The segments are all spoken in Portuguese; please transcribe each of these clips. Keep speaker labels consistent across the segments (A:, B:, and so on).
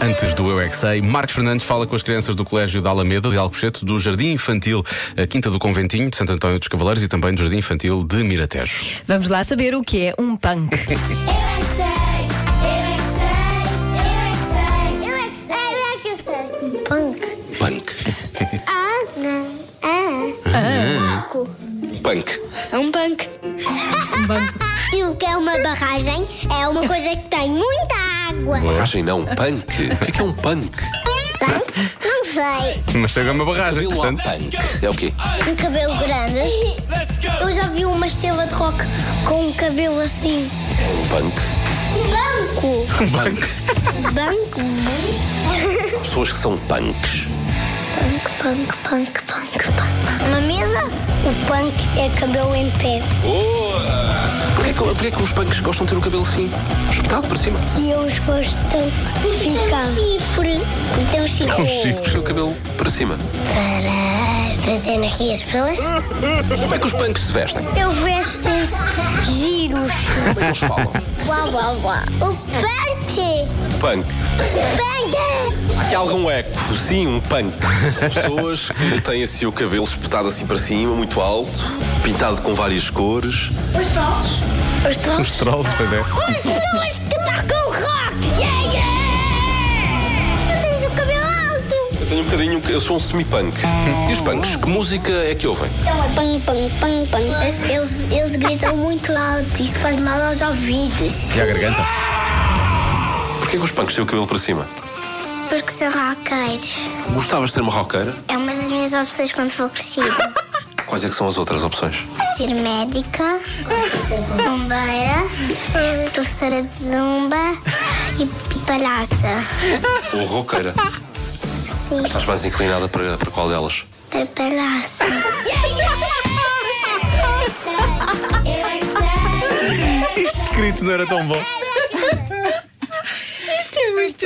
A: Antes do Eu é que Sei, Marcos Fernandes fala com as crianças do Colégio da Alameda de Alcochete, do Jardim Infantil eh, Quinta do Conventinho de Santo António dos Cavaleiros e também do Jardim Infantil de Miratejo.
B: Vamos lá saber o que é um punk.
C: Eu é que sei, eu é que sei, eu é que sei, eu é que sei, eu é que sei. Punk.
D: Punk.
C: Ah, não. Ah. Banco.
D: Punk.
E: É um banco.
C: E o que é uma barragem? É uma coisa que tem muita água.
D: Barragem não, punk. O que é, que é um punk?
C: Punk? Não sei.
A: Mas chega uma barragem,
D: Cabelo ao
A: portanto.
D: punk. É o quê?
C: Um cabelo grande. Eu já vi uma estrela de rock com um cabelo assim.
D: É um punk.
C: Banco.
D: Punk.
C: Banco.
D: Há pessoas que são punks.
C: Punk, punk, punk, punk, punk. Uma mesa? O punk é cabelo em pé.
D: Porquê que, porquê que os punks gostam de ter o cabelo assim? Espetado para cima.
C: que eles gostam de picar. Tem chifre. Tem
A: Um
C: chifre.
A: chifre.
D: Puxa o cabelo para cima.
C: Para fazer aqui as pessoas.
D: Como é que os punks se vestem?
C: Eu Então, vestem-se giros.
D: Como é que eles falam?
C: Uau, uau, uau. O punk.
D: Punk.
C: Punk.
D: Há aqui algum eco. Sim, um punk. São pessoas que têm assim o cabelo espetado assim para cima, muito alto, pintado com várias cores.
C: Os trolls. Os trolls.
A: Os trolls, pois é.
C: As pessoas que tocam rock. Yeah, yeah. Eu tens o cabelo é alto.
D: Eu tenho um bocadinho. Eu sou um semi-punk. E os punks, que música é que ouvem?
C: Pam, pam, pam, pam. Eles, eles gritam muito alto. Isso faz mal aos ouvidos.
A: E a garganta?
D: Porquê que os punks têm o cabelo para cima?
C: Porque são roqueiros.
D: Gostavas de ser uma roqueira?
C: É uma das minhas opções quando for crescida.
D: Quais é que são as outras opções?
C: Ser médica, bombeira, professora de zumba e, e palhaça.
D: Ou roqueira?
C: Sim,
D: Estás mais inclinada para, para qual delas?
C: é palhaça. é
A: Isto escrito não era tão bom.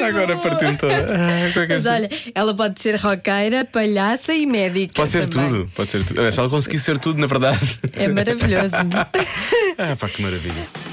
A: Agora partiu toda. Ah, como é que é
B: Mas
A: possível?
B: olha, ela pode ser roqueira, palhaça e médica.
A: Pode ser
B: também.
A: tudo, pode ser tudo. Ah, Se ela conseguir ser tudo, na verdade.
B: É maravilhoso.
A: Ah, pá, que maravilha.